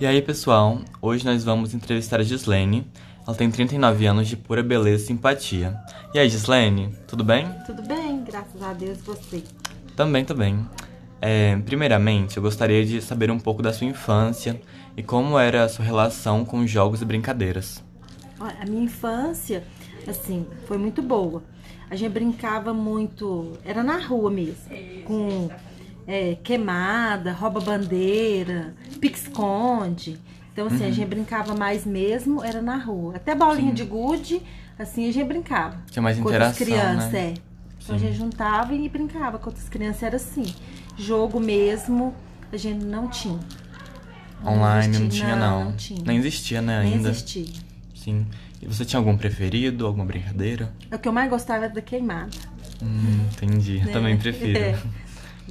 E aí, pessoal, hoje nós vamos entrevistar a Gislene. Ela tem 39 anos de pura beleza e simpatia. E aí, Gislene, tudo bem? Tudo bem, graças a Deus, você. Também, também. É, primeiramente, eu gostaria de saber um pouco da sua infância e como era a sua relação com jogos e brincadeiras. Olha, A minha infância, assim, foi muito boa. A gente brincava muito, era na rua mesmo, com é, queimada, rouba-bandeira, pique-esconde. Então, assim, a Uhum. gente brincava mais mesmo, era na rua. Até bolinha de gude, assim, a gente brincava. Tinha mais com outras interação, crianças, né? é. Então, a gente juntava e brincava com outras crianças, era assim. Jogo mesmo, a gente não tinha. Não Online não existia- tinha, não, não. não tinha. Nem existia, né, Nem ainda. existia. Sim. E você tinha algum preferido, alguma brincadeira? É O que eu mais gostava era da queimada. Hum, entendi. Eu É. também prefiro. É.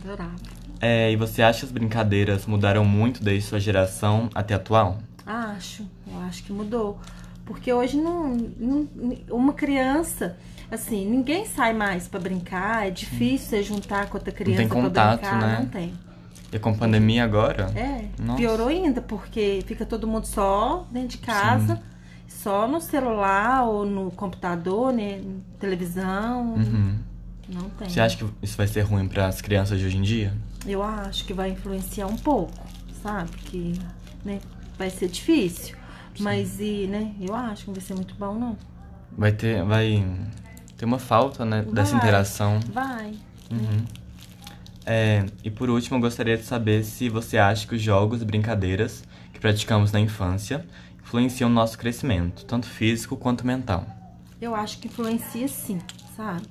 Adorava. É, e você acha que as brincadeiras mudaram muito desde sua geração até a atual? Acho, eu acho que mudou. Porque hoje não, não- uma criança, assim, ninguém sai mais pra brincar, é difícil você juntar com outra criança tem pra contato, brincar, né? não tem. E com a pandemia agora? É, Nossa. piorou ainda, porque fica todo mundo só dentro de casa, só no celular ou no computador, né, em televisão, Uhum. não tem. Você acha que isso vai ser ruim para as crianças de hoje em dia? Eu acho que vai influenciar um pouco, sabe? Que, né, vai ser difícil. Mas e, né, eu acho que não vai ser muito bom, não. Vai ter, vai ter uma falta, né, dessa Vai. interação. Vai. Uhum. É, e por último, eu gostaria de saber se você acha que os jogos e brincadeiras que praticamos na infância influenciam o nosso crescimento, tanto físico quanto mental. Eu acho que influencia sim, sabe?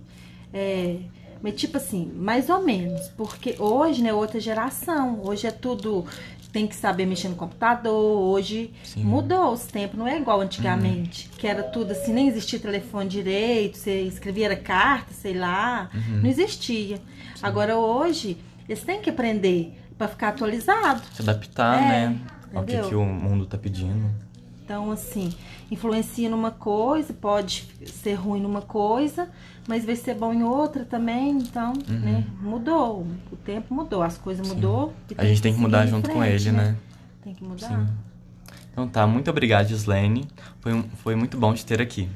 É, mas tipo assim, mais ou menos, porque hoje, né, outra geração, hoje é tudo tem que saber mexer no computador, hoje Sim. mudou os tempos, não é igual antigamente, Uhum. que era tudo assim, nem existia telefone direito, você escrevia era carta, sei lá, Uhum. não existia. Agora hoje, eles têm que aprender pra ficar atualizado. Se adaptar, É, né, ao que, entendeu? que o mundo tá pedindo. Então, assim, influencia numa coisa, pode ser ruim numa coisa, mas vai ser bom em outra também. Então, Uhum. né? Mudou. O tempo mudou, as coisas mudou. e A gente tem que mudar seguir em junto com frente, ele, né? Tem que mudar. Sim. Então tá, muito obrigado, Gislene. Foi, um- foi muito bom te ter aqui.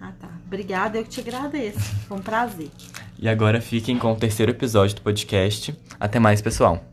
Ah, tá. Obrigada, eu que te agradeço. Foi um prazer. E agora fiquem com o terceiro episódio do podcast. Até mais, pessoal.